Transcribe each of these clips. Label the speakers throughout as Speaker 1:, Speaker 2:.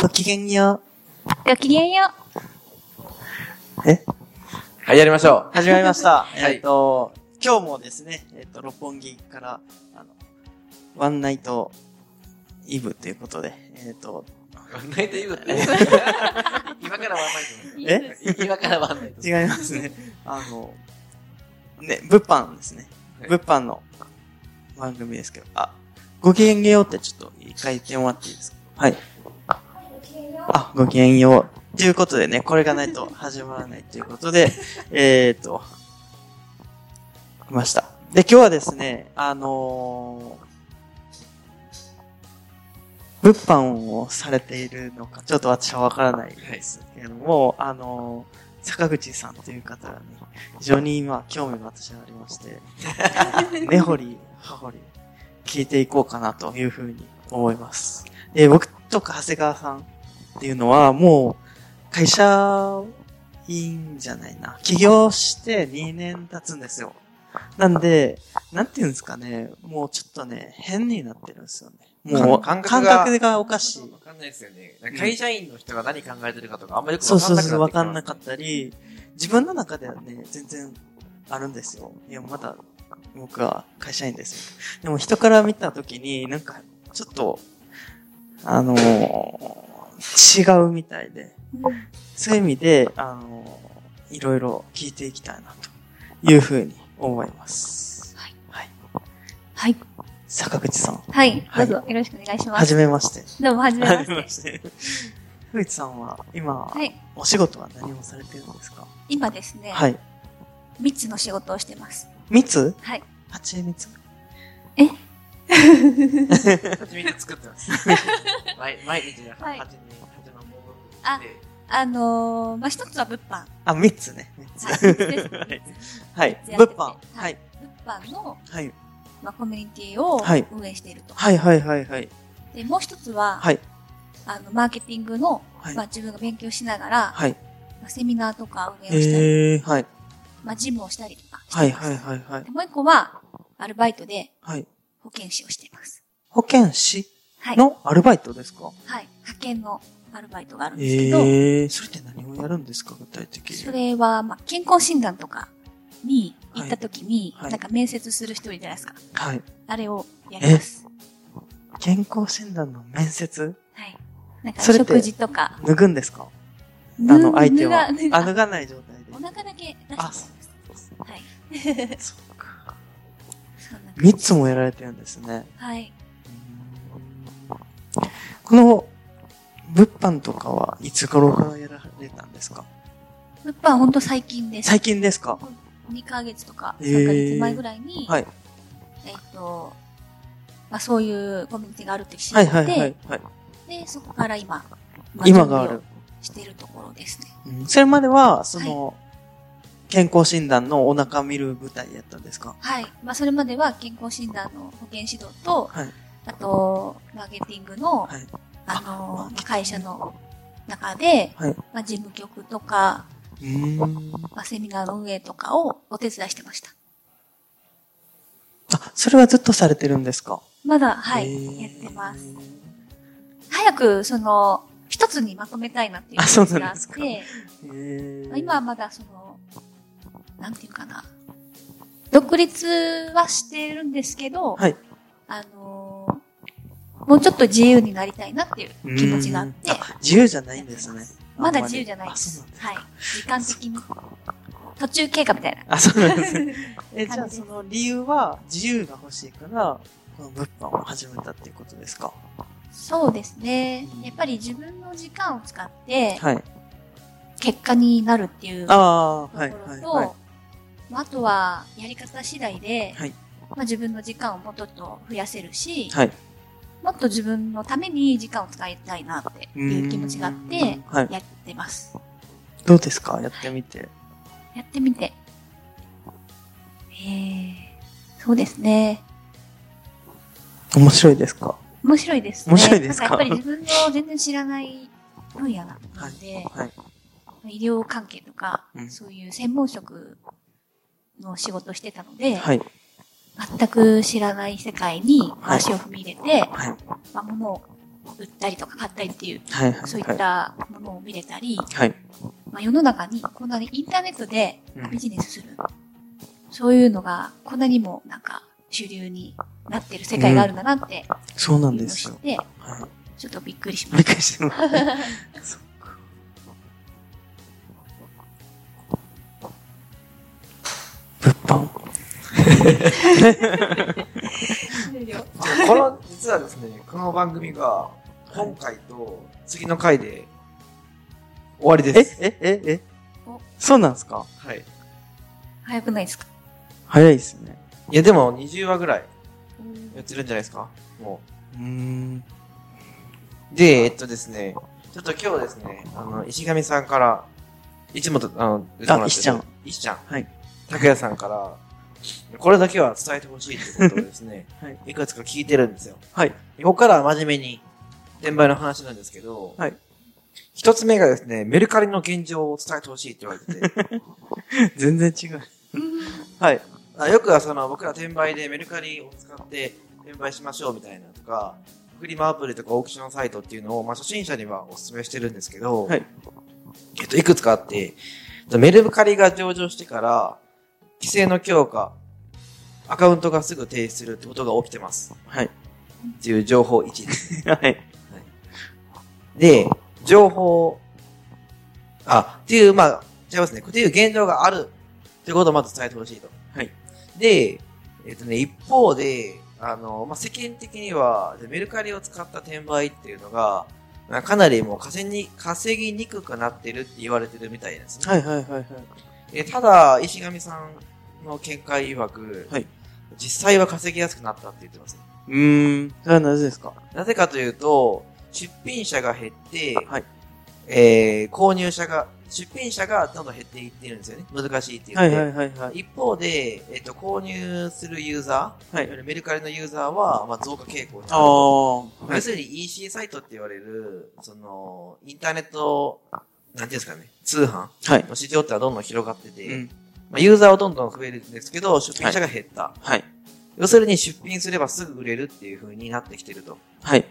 Speaker 1: ごきげんよ
Speaker 2: ごきげんよう。
Speaker 1: う。え
Speaker 3: はい、やりましょ
Speaker 1: 始まりました。
Speaker 3: い
Speaker 1: えっと、今日もですね、えっと、六本木から、あの、ワンナイトイブということで、えっと、
Speaker 3: う。ワンナイトイブって。今からワン
Speaker 1: え
Speaker 3: ナイト。今からワンナイト。
Speaker 1: 違いますね。あの、ね、物販ですね。
Speaker 3: はい
Speaker 1: 物販の番組ですけど、あ、ごきげんようってちょっと一回言ってもらっていいですかはい。あ、ごきげんよう。ということでね、これがないと始まらないということで、 えっと、来ました。で、今日はですね、あのー物販をされているのか、ちょっと私はわからないですけれども、あのー坂口さんという方に、非常に今、興味が私はありま して、根掘り、葉掘り、聞いていこうかなというふうに思います。で、僕とか長谷川さんっていうのは、もう、会社員じゃないな。起業して2年経つんですよ。なんで、なんていうんですかね、もうちょっとね、変になってるんですよね。もう、
Speaker 3: 感
Speaker 1: 感
Speaker 3: 覚
Speaker 1: 覚
Speaker 3: が
Speaker 1: がおかしい
Speaker 3: わ。かんないですよね。会社員の人が何考えてるかとか、あんまよく
Speaker 1: そう
Speaker 3: わか
Speaker 1: そ
Speaker 3: ん
Speaker 1: う
Speaker 3: なくなってきます
Speaker 1: そう、わかんなかったり、自分の中ではね、全然あるんですよ。いや、まだ僕は会社員ですよ。でも人から見たときに、なんか、ちょっと、あのー違うみたいで、そういう意味で、あのーいろいろ聞いていきたいな、というふうに思います。
Speaker 2: はい。
Speaker 1: はい。
Speaker 2: はい。
Speaker 1: 坂口さん、
Speaker 2: はい。ど
Speaker 1: は
Speaker 2: う
Speaker 1: い
Speaker 2: ぞ、よろしくお願いしま
Speaker 1: はじ
Speaker 2: す。
Speaker 1: めまして。
Speaker 2: どうも、はじめまして。
Speaker 1: して 坂口さんは、今、
Speaker 2: はい。
Speaker 1: お仕事は何をされてるんですか
Speaker 2: 今ですね、
Speaker 1: はい。
Speaker 2: 3つの仕事をしてます。
Speaker 1: 蜜
Speaker 2: はい。
Speaker 1: 蜂蜜
Speaker 3: 蜂蜜作ってます。毎毎日ね、
Speaker 2: はい
Speaker 3: 蜂蜜、蜂の棒を
Speaker 2: あ
Speaker 3: で
Speaker 2: あのー、まあ、一つは物販。
Speaker 1: あ、三つね。
Speaker 2: はい三つです
Speaker 1: はい。 はい
Speaker 2: 三つやってて
Speaker 1: 物販。は。
Speaker 2: はい物販の、
Speaker 1: はい。
Speaker 2: まあ、コミュニティを
Speaker 1: はい
Speaker 2: 運営していると。
Speaker 1: はいはいはいはい。
Speaker 2: で、もう一つは、
Speaker 1: はい。
Speaker 2: あの、マーケティングの、
Speaker 1: はい
Speaker 2: まあ、自分が勉強しながら、
Speaker 1: はい。
Speaker 2: まあ、セミナーとか運営をしたり、
Speaker 1: えー、はい。
Speaker 2: まあ、ジムをしたりとかしてます。
Speaker 1: はいはいはいはい
Speaker 2: で。もう一個は、アルバイトで
Speaker 1: はい。
Speaker 2: 保健師をしています。
Speaker 1: 保健師
Speaker 2: はい。
Speaker 1: のアルバイトですか
Speaker 2: はい。派遣のアルバイトがあるんですけど、
Speaker 1: えー、それって何をやるんですか具体的
Speaker 2: そ
Speaker 1: に。
Speaker 2: れは、まあ、健康診断とかに行った時に、
Speaker 1: はいはい
Speaker 2: なんか面接する人いるじゃないですか。
Speaker 1: はい。
Speaker 2: あれをやります。
Speaker 1: 健康診断の面接
Speaker 2: はい。なんか
Speaker 1: それって
Speaker 2: 食事とか、
Speaker 1: 脱ぐんですか
Speaker 2: あ
Speaker 1: あの、相手は。あ、脱
Speaker 2: 脱が脱が
Speaker 1: がない状態
Speaker 2: お
Speaker 1: で。
Speaker 2: 腹だけ出して
Speaker 1: あ、
Speaker 2: ます
Speaker 1: そ。
Speaker 2: はい。
Speaker 1: そうか。
Speaker 2: そんな感
Speaker 1: 三
Speaker 2: じ
Speaker 1: つもやられてるんですね。
Speaker 2: はい。
Speaker 1: この物販とかはいつ頃からやられたんですか
Speaker 2: 物販はほんと最近です。
Speaker 1: 最近ですか
Speaker 2: 2ヶ月とか
Speaker 1: えー
Speaker 2: 3ヶ月前ぐらいに、
Speaker 1: はい。
Speaker 2: えっと、まあ、そういうコミュニティがあるって知って、
Speaker 1: はいはいはい、はい。
Speaker 2: で、そこから今、
Speaker 1: 今がある。。
Speaker 2: してるところですね。
Speaker 1: うんそれまでは、その、健康診断のお腹見る舞台やったんですか
Speaker 2: はい。まあ、それまでは健康診断の保健指導と、
Speaker 1: はい
Speaker 2: あと、マーケティングの、
Speaker 1: はい。
Speaker 2: あ
Speaker 1: マー
Speaker 2: の
Speaker 1: ケティング、
Speaker 2: 会社の中で、
Speaker 1: はい
Speaker 2: まあ、事務局とか、
Speaker 1: うーん。
Speaker 2: まあ、セミナーの運営とかをお手伝いしてました。
Speaker 1: あ、それはずっとされてるんですか
Speaker 2: まだ、はい、
Speaker 1: へー
Speaker 2: やってます。早く、その、一つにまとめたいなっていう
Speaker 1: あそう
Speaker 2: 気持
Speaker 1: な
Speaker 2: ちがあ
Speaker 1: ん
Speaker 2: っ
Speaker 1: ですか
Speaker 2: て、
Speaker 1: へー
Speaker 2: まあ今はまだその、なんていうかな、独立はしてるんですけど、
Speaker 1: はい
Speaker 2: あのーもうちょっと自由になりたいなっていう気持ちがあって、
Speaker 1: うん自由じゃないんですね。
Speaker 2: まだ自由じゃないで
Speaker 1: あ
Speaker 2: す
Speaker 1: ん。ま
Speaker 2: はい。時間的に。途中経過みたいな。
Speaker 1: りあ、そうなんですね。 え、
Speaker 2: 感
Speaker 1: じゃあ
Speaker 2: じです
Speaker 1: その理由は自由が欲しいから、この物販を始めたっていうことですか
Speaker 2: そうですね
Speaker 1: うん。
Speaker 2: やっぱり自分の時間を使って、
Speaker 1: はい。
Speaker 2: 結果になるっていうとこ
Speaker 1: ああー、
Speaker 2: ろ
Speaker 1: はい、
Speaker 2: と、
Speaker 1: はい、はい。
Speaker 2: まああとは、やり方次第で、
Speaker 1: はい
Speaker 2: まあ、自分の時間をもうちょっと増やせるし、
Speaker 1: はい。
Speaker 2: もっと自分のために時間を使いたいなっていう気持ちがあって、
Speaker 1: はい。
Speaker 2: やってます。
Speaker 1: どうですかやってみて。
Speaker 2: やってみて。えー、そうですね。
Speaker 1: 面白いですか
Speaker 2: 面白いですね。
Speaker 1: 面白いですか
Speaker 2: なんかやっぱり自分の全然知らない分野なので、
Speaker 1: はい。
Speaker 2: 医療関係とか、
Speaker 1: うん
Speaker 2: そういう専門職の仕事をしてたので、
Speaker 1: はい。
Speaker 2: 全く知らない世界に足を踏み入れて、
Speaker 1: はい。
Speaker 2: まあ、ものを売ったりとか買ったりっていう、
Speaker 1: はいはい
Speaker 2: そういっ
Speaker 1: はい。
Speaker 2: たものを見れたり、
Speaker 1: はい。
Speaker 2: まあ、世の中にこんなにインターネットで
Speaker 1: うん
Speaker 2: ビジネスする、そういうのがこんなにもなんか主流になってる世界があるんだなっていう
Speaker 1: そうな
Speaker 2: のを
Speaker 1: んで
Speaker 2: 知
Speaker 1: す
Speaker 2: っ
Speaker 1: よ。
Speaker 2: て、
Speaker 1: は
Speaker 2: ちょっとびっくりし
Speaker 1: い。
Speaker 2: ま
Speaker 1: びっ
Speaker 2: し
Speaker 1: くりしてます。
Speaker 2: た。
Speaker 1: そっか。物販
Speaker 2: 終了
Speaker 3: この、実はですね、この番組が、今回と次の回で終わり
Speaker 1: え
Speaker 3: です。
Speaker 1: えええ
Speaker 2: お
Speaker 1: そうなんですか
Speaker 3: はい。
Speaker 2: 早くないですか
Speaker 1: 早いですね。
Speaker 3: いや、でも20話ぐらいやってるんじゃないですかも
Speaker 1: うーん。
Speaker 3: う。で、えっとですね、ちょっと今日ですね、あの、石上さんから、いつもと、あの、出てもらってる
Speaker 1: 石ちゃん。
Speaker 3: 石ちゃん。
Speaker 1: はい。
Speaker 3: 拓也さんから、これだけは伝えてほしいってことをですね、
Speaker 1: はい。
Speaker 3: いくつか聞いてるんですよ。
Speaker 1: はい。
Speaker 3: ここからは真面目に、転売の話なんですけど、
Speaker 1: はい。
Speaker 3: 一つ目がですね、メルカリの現状を伝えてほしいって言われてて、
Speaker 1: 全然違う。はい。
Speaker 3: あよくはその僕ら転売でメルカリを使って転売しましょうみたいなとか、フリマアプリとかオークションサイトっていうのを、まあ、初心者にはお勧めしてるんですけど、
Speaker 1: はい。
Speaker 3: えっと、いくつかあって、メルカリが上場してから、規制の強化、アカウントがすぐ停止するってことが起きてます。
Speaker 1: はい。
Speaker 3: っていう情報1です。
Speaker 1: はい。
Speaker 3: で、情報、あ、っていう、まあ、違いますね。っていう現状があるってことをまず伝えてほしいと。
Speaker 1: はい。
Speaker 3: で、えっ、とね、一方で、あの、まあ、世間的には、でメルカリを使った転売っていうのが、まあかなりもう稼ぎに、稼ぎにくくなってるって言われてるみたいなんですね。
Speaker 1: はいはいはいはい。
Speaker 3: えただ、石上さんの見解曰く、
Speaker 1: はい
Speaker 3: 実際は稼ぎやすくなったって言ってます。
Speaker 1: うーん。それはなぜですか
Speaker 3: なぜかというと、出品者が減って、
Speaker 1: はい。
Speaker 3: えー購入者が、出品者がどんどん減っていってるんですよね。難しいっていう
Speaker 1: は
Speaker 3: の
Speaker 1: い
Speaker 3: で。
Speaker 1: はいはいはい。
Speaker 3: 一方で、えっ、と、購入するユーザー、
Speaker 1: は
Speaker 3: わゆ
Speaker 1: い。
Speaker 3: るメルカリのユーザーは、まあ、増加傾向に
Speaker 1: ああ。
Speaker 3: ある。
Speaker 1: は
Speaker 3: 要
Speaker 1: い。
Speaker 3: するに EC サイトって言われる、その、インターネット、なんていうんですかね、通販
Speaker 1: はい。
Speaker 3: の市場ってのはどんどん広がってて、
Speaker 1: うん。
Speaker 3: まあ、ユーザーはどんどん増えるんですけど、出品者が減った。
Speaker 1: はい。
Speaker 3: 要するに出品すればすぐ売れるっていう風になってきてると。
Speaker 1: はい。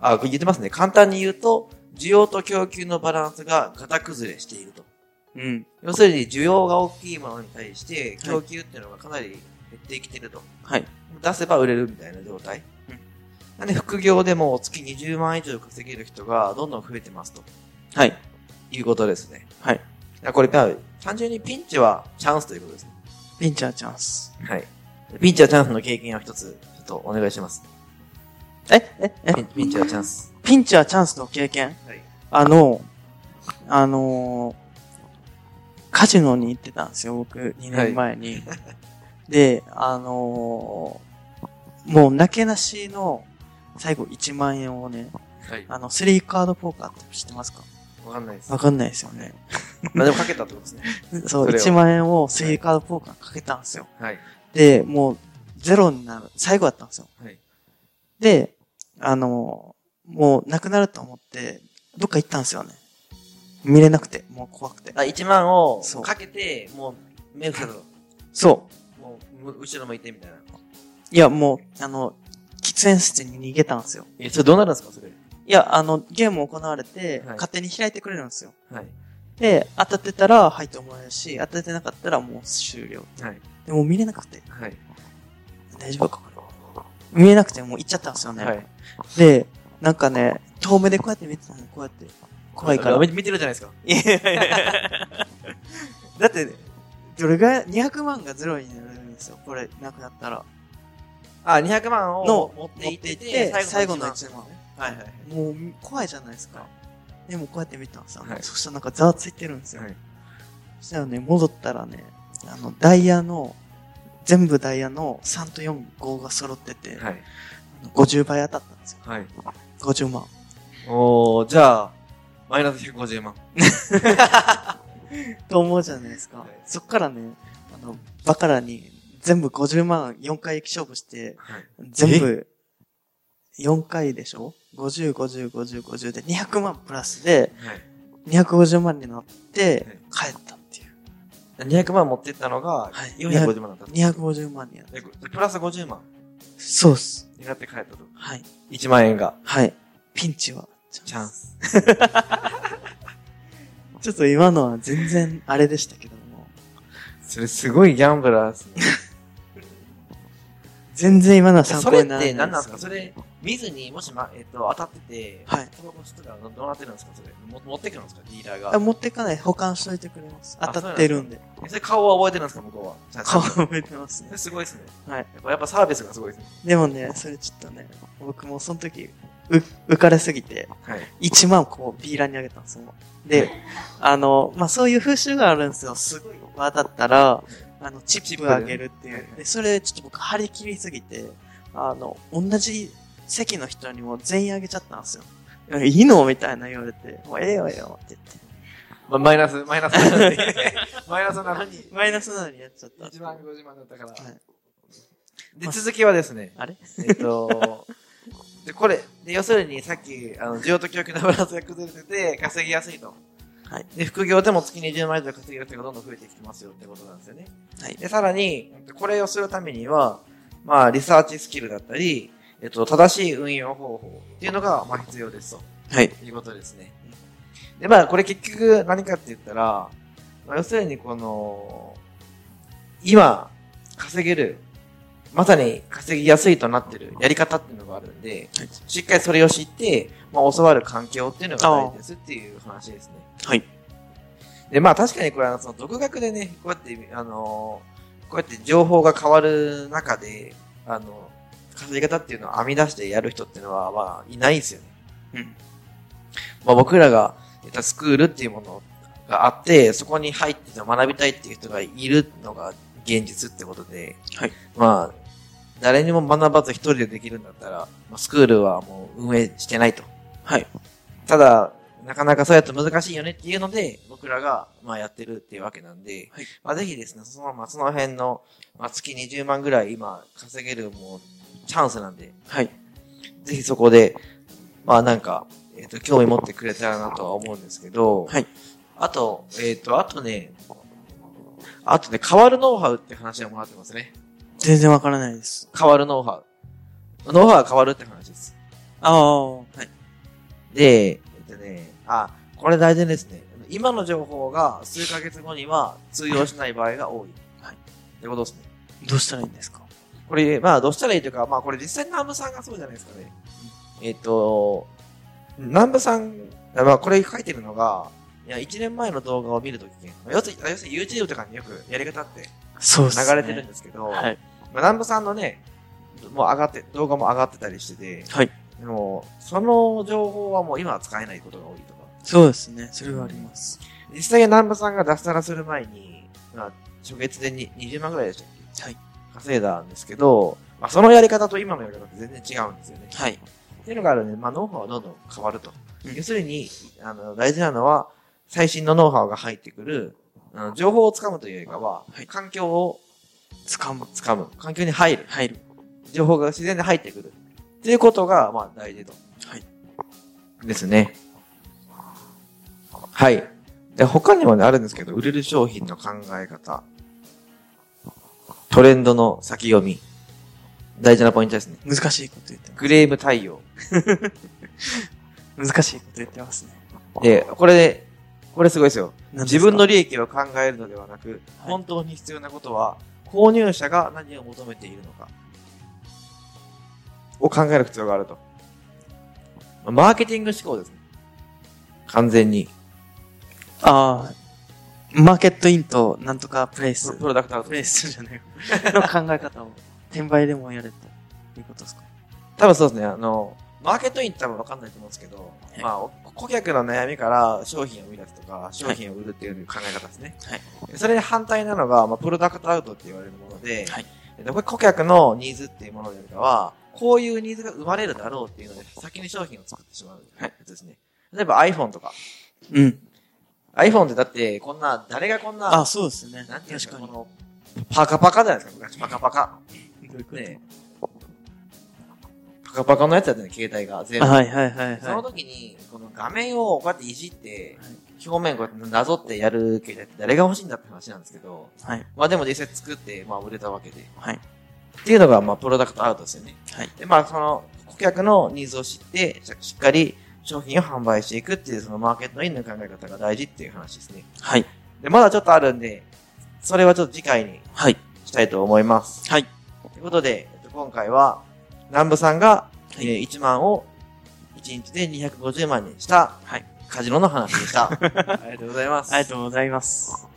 Speaker 3: あ、言ってますね。簡単に言うと、需要と供給のバランスが型崩れしていると。
Speaker 1: うん。
Speaker 3: 要するに需要が大きいものに対して供給っていうのがかなり減ってきてると。
Speaker 1: はい。
Speaker 3: 出せば売れるみたいな状態。
Speaker 1: うん
Speaker 3: なんで副業でも月20万円以上稼げる人がどんどん増えてますと
Speaker 1: はい。
Speaker 3: いうことですね。
Speaker 1: はい
Speaker 3: だからこれまあ単純にピンチはチャンスということですね。
Speaker 1: ピンチャーチャンス。
Speaker 3: はい。ピンチはチャンスの経験を一つ、ちょっとお願いします。
Speaker 1: えええ
Speaker 3: ピンピンチはチャンス。
Speaker 1: ピンチャーチャンスの経験
Speaker 3: はい。
Speaker 1: あの、あのーカジノに行ってたんですよ、僕、2年前に。で、あのーもう、なけなしの、最後1万円をね、
Speaker 3: はい。
Speaker 1: あの、スリーカードポーカーって知ってますか
Speaker 3: わかんないです
Speaker 1: わ。かんないですよね。
Speaker 3: まあでもかけたってことですね。
Speaker 1: そう、
Speaker 3: それを
Speaker 1: 1万円をスリーカードポーカーかけたんですよ。
Speaker 3: はい。
Speaker 1: で、もう、ゼロになる、最後だったんですよ。
Speaker 3: はい。
Speaker 1: で、あのーもう、なくなると思って、どっか行ったんですよね。見れなくて、もう怖くて。
Speaker 3: あ、1万を
Speaker 1: そう
Speaker 3: かけて、もう、目を伏せたと。
Speaker 1: そう。
Speaker 3: もうむ、後ろ向いてみたいな。
Speaker 1: いや、もう、あの、喫煙室に逃げたんですよ。
Speaker 3: え、それどうなるんですか、それ。
Speaker 1: いや、あの、ゲーム行われて、
Speaker 3: はい
Speaker 1: 勝手に開いてくれるんですよ。
Speaker 3: はい。
Speaker 1: で、当たってたら入ってもらえるし、当たってなかったらもう終了。
Speaker 3: はい。
Speaker 1: でも見れなくて、
Speaker 3: はい。
Speaker 1: 大丈夫かこれ見れなくてもう行っちゃったんですよね。
Speaker 3: はい。
Speaker 1: で、なんかね、遠目でこうやって見てたの、こうやって。怖いから。
Speaker 3: 見
Speaker 1: い
Speaker 3: 見てるじゃないですか。
Speaker 1: やいやい やだって、どれが、200万がゼロになるんですよ。これ、なくなったら。
Speaker 3: あ、200万を
Speaker 1: の
Speaker 3: 持っていって
Speaker 1: 持っていって
Speaker 3: 最後の
Speaker 1: 最後の
Speaker 3: 万。はいはいはい。
Speaker 1: もう怖いじゃないですか。でもこうやって見たんですよ。
Speaker 3: はい
Speaker 1: そしたらなんかざわついてるんですよ。
Speaker 3: はい
Speaker 1: そしたらね、戻ったらね、あの、ダイヤの、全部ダイヤの3と4、5が揃ってて、
Speaker 3: はい。
Speaker 1: あの50倍当たったんですよ。
Speaker 3: はい。
Speaker 1: 50万。
Speaker 3: おー、じゃあ、マイナス150万。
Speaker 1: と思うじゃないですか。
Speaker 3: はい
Speaker 1: そっからね、あの、バカラに全部50万4回勝負して、
Speaker 3: はい。
Speaker 1: 全部4回でしょ ?50、50、50、50で200万プラスで
Speaker 3: はい。
Speaker 1: 250万になって帰ったっていう。
Speaker 3: 200万持ってったのが
Speaker 1: はい、
Speaker 3: 450万だったんです。
Speaker 1: 250万になった。
Speaker 3: えプラス50万。
Speaker 1: そうっす。
Speaker 3: 狙って帰ったと。
Speaker 1: はい。
Speaker 3: 1万円が。
Speaker 1: はい。ピンチはチャンス
Speaker 3: チャンス。
Speaker 1: ちょっと今のは全然あれでしたけども、
Speaker 3: それすごいギャンブラーですね。
Speaker 1: 全然今のは 参
Speaker 3: そ
Speaker 1: 考
Speaker 3: れっ
Speaker 1: にならない
Speaker 3: て
Speaker 1: です。
Speaker 3: 何なんですかそれ、見ずに、もし、ま、えっと、当たってて、
Speaker 1: はい
Speaker 3: タバコ吸ってたらどどうなってるんですかそれ。も持ってくるんですかディーラー
Speaker 1: あ
Speaker 3: が。
Speaker 1: 持ってかない。保管しといてくれます。当たってるんで。
Speaker 3: それ顔は覚えてるんですか向こうは。
Speaker 1: 顔
Speaker 3: そ
Speaker 1: 覚えてますね
Speaker 3: れ。すごいですね。
Speaker 1: はい。
Speaker 3: やっぱやっぱサービスがすごいですね。
Speaker 1: でもね、それちょっとね、僕もその時、う、浮かれすぎて、
Speaker 3: はい。
Speaker 1: 1万こう、ビーラーにあげたんですよ。で、あの、まあ、そういう風習があるんですよ。すごい当たったら、あの、チ
Speaker 3: チッ
Speaker 1: ッ
Speaker 3: プ
Speaker 1: プ
Speaker 3: で
Speaker 1: あげるってい
Speaker 3: はいうは。い
Speaker 1: で、それちょっと僕張り切りすぎて、あの、同じ席の人にも全員あげちゃったんですよ。いいのみたいな言われて、もうええよええよって言って。
Speaker 3: ま、マイ ナス、マイナスなのに。マイナスなのに。
Speaker 1: マイナスなのにやっちゃった。
Speaker 3: 1万50万だったから。
Speaker 1: はい
Speaker 3: で、続きはですね、
Speaker 1: あれ
Speaker 3: えっと、で、これ、で、要するにさっき、あの、需要と供給のバランスが崩れてて、稼ぎやすいと。
Speaker 1: はい。
Speaker 3: で、副業でも月20万円とか稼げる人がどんどん増えてきてますよってことなんですよね。
Speaker 1: はい
Speaker 3: で、さらに、これをするためには、まあ、リサーチスキルだったり、えっと、正しい運用方法っていうのが、まあ、必要ですと。
Speaker 1: はい。
Speaker 3: ということですね。で、まあ、これ結局何かって言ったら、まあ、要するにこの、今、稼げる、まさに稼ぎやすいとなってるやり方っていうのがあるんで、
Speaker 1: はい
Speaker 3: しっかりそれを知って、まあ、教わる環境っていうのが大事ですっていう話ですね。
Speaker 1: はい。
Speaker 3: で、まあ、確かにこれは、その、独学でね、こうやって、あのーこうやって情報が変わる中で、あの、稼ぎ方っていうのを編み出してやる人っていうのは、まあ、いないんですよね。
Speaker 1: うん。
Speaker 3: まあ、僕らが、えっとスクールっていうものがあって、そこに入って学びたいっていう人がいるのが現実ってことで、
Speaker 1: はい
Speaker 3: まあ、誰にも学ばず一人でできるんだったら、まあスクールはもう運営してないと。
Speaker 1: はい。
Speaker 3: ただ、なかなかそうやと難しいよねっていうので、僕らが、まあやってるっていうわけなんで、
Speaker 1: はい
Speaker 3: まあぜひですね、その、まあその辺の、まあ月20万ぐらい今稼げるもうチャンスなんで、
Speaker 1: はい。
Speaker 3: ぜひそこで、まあなんか、えっ、と、興味持ってくれたらなとは思うんですけど、
Speaker 1: はい。
Speaker 3: あと、えっ、と、あとね、あとね、変わるノウハウって話はもらってますね。
Speaker 1: 全然わからないです。
Speaker 3: 変わるノウハウ。ノウハウは変わるって話です。
Speaker 1: ああ、はい。
Speaker 3: で、えっとね、あ、これ大事ですね。今の情報が数ヶ月後には通用しない場合が多い。
Speaker 1: はい。
Speaker 3: ってことですね。
Speaker 1: どうしたらいいんですか
Speaker 3: これ、まあ、どうしたらいいというか、まあ、これ実際南部さんがそうじゃないですかね。えっ、と、南部さん、あまあ、これ書いてるのが、いや、1年前の動画を見るときに、まあ要するに、あ要するに YouTube とかによくやり方って
Speaker 1: そうっすね。
Speaker 3: 流れてるんですけど、
Speaker 1: はい。
Speaker 3: まあ、南部さんのね、もう上がって、動画も上がってたりしてて、
Speaker 1: はい。
Speaker 3: でも、その情報はもう今は使えないことが多いとか、
Speaker 1: そうですね。それはあります。
Speaker 3: 実際に南部さんが脱サラする前に、まあ、初月でに20万ぐらいでしたっけ
Speaker 1: はい。
Speaker 3: 稼いだんですけど、まあ、そのやり方と今のやり方って全然違うんですよね。
Speaker 1: はい。
Speaker 3: っていうのがあるので、まあ、ノウハウはどんどん変わると。
Speaker 1: うん
Speaker 3: 要するに、あの、大事なのは、最新のノウハウが入ってくる、あの情報をつかむというよりかは、
Speaker 1: はい
Speaker 3: 環境を
Speaker 1: 掴む。
Speaker 3: つかむ。環境に入る。
Speaker 1: 入る。
Speaker 3: 情報が自然に入ってくる。っていうことが、まあ、大事と。
Speaker 1: はい。
Speaker 3: ですね。はい。で、他にもね、あるんですけど、売れる商品の考え方。トレンドの先読み。大事なポイントですね。
Speaker 1: 難しいこと言ってま
Speaker 3: クレーム対応。
Speaker 1: す。難しいこと言ってますね。
Speaker 3: で、これで、これすごいですよ。
Speaker 1: 何です
Speaker 3: 自
Speaker 1: か
Speaker 3: 分の利益を考えるのではなく、
Speaker 1: はい
Speaker 3: 本当に必要なことは、購入者が何を求めているのか、を考える必要があると。まあマーケティング思考ですね。完全に。
Speaker 1: ああ、マーケットインとなんとかプレイ
Speaker 3: プ
Speaker 1: ス。
Speaker 3: ロプロダクトアウト
Speaker 1: プレイスじゃないの考え方を、転売でもやれということですか
Speaker 3: 多分そうですね、あの、マーケットインって多分わかんないと思うんですけど、
Speaker 1: い
Speaker 3: まあ、お顧客の悩みから商品を生み出すとか、商品を売るっていう考え方ですね。
Speaker 1: はい
Speaker 3: それに反対なのが、まあ、プロダクトアウトって言われるもので、
Speaker 1: はい
Speaker 3: えっとこれ顧客のニーズっていうものよりかは、こういうニーズが生まれるだろうっていうので、先に商品を作ってしまうやつですね。例えば iPhone とか。
Speaker 1: うん。
Speaker 3: iPhone ってだって、こんな、誰がこんな、
Speaker 1: あそうですね。
Speaker 3: なんていうんです
Speaker 1: 確
Speaker 3: か、
Speaker 1: か
Speaker 3: こ
Speaker 1: に。
Speaker 3: の、パカパカじゃないですか、昔。パカパカ。
Speaker 1: どういうこと
Speaker 3: ねパカパカのやつだったね、携帯が。全
Speaker 1: あ
Speaker 3: 部。
Speaker 1: はいはいはい
Speaker 3: その
Speaker 1: は
Speaker 3: 時に、この画面をこうやっていじって、表面こうやってなぞってやるけど、誰が欲しいんだって話なんですけど、
Speaker 1: い。はい。
Speaker 3: まあでも実際作って、まあ売れたわけで。
Speaker 1: はい。
Speaker 3: っていうのが、まあ、プロダクトアウトですよね。
Speaker 1: はい。
Speaker 3: で、まあ、その、顧客のニーズを知って、ししっかり商品を販売していくっていう、そのマーケットインの考え方が大事っていう話ですね。
Speaker 1: はい。
Speaker 3: で、まだちょっとあるんで、それはちょっと次回に
Speaker 1: はい。
Speaker 3: したいと思います。
Speaker 1: はい。
Speaker 3: ということで、えっと今回は、南部さんが、
Speaker 1: はい
Speaker 3: えー1万を1日で250万にした、
Speaker 1: はい
Speaker 3: カジノの話でした。ありがとうございます。
Speaker 1: ありがとうございます。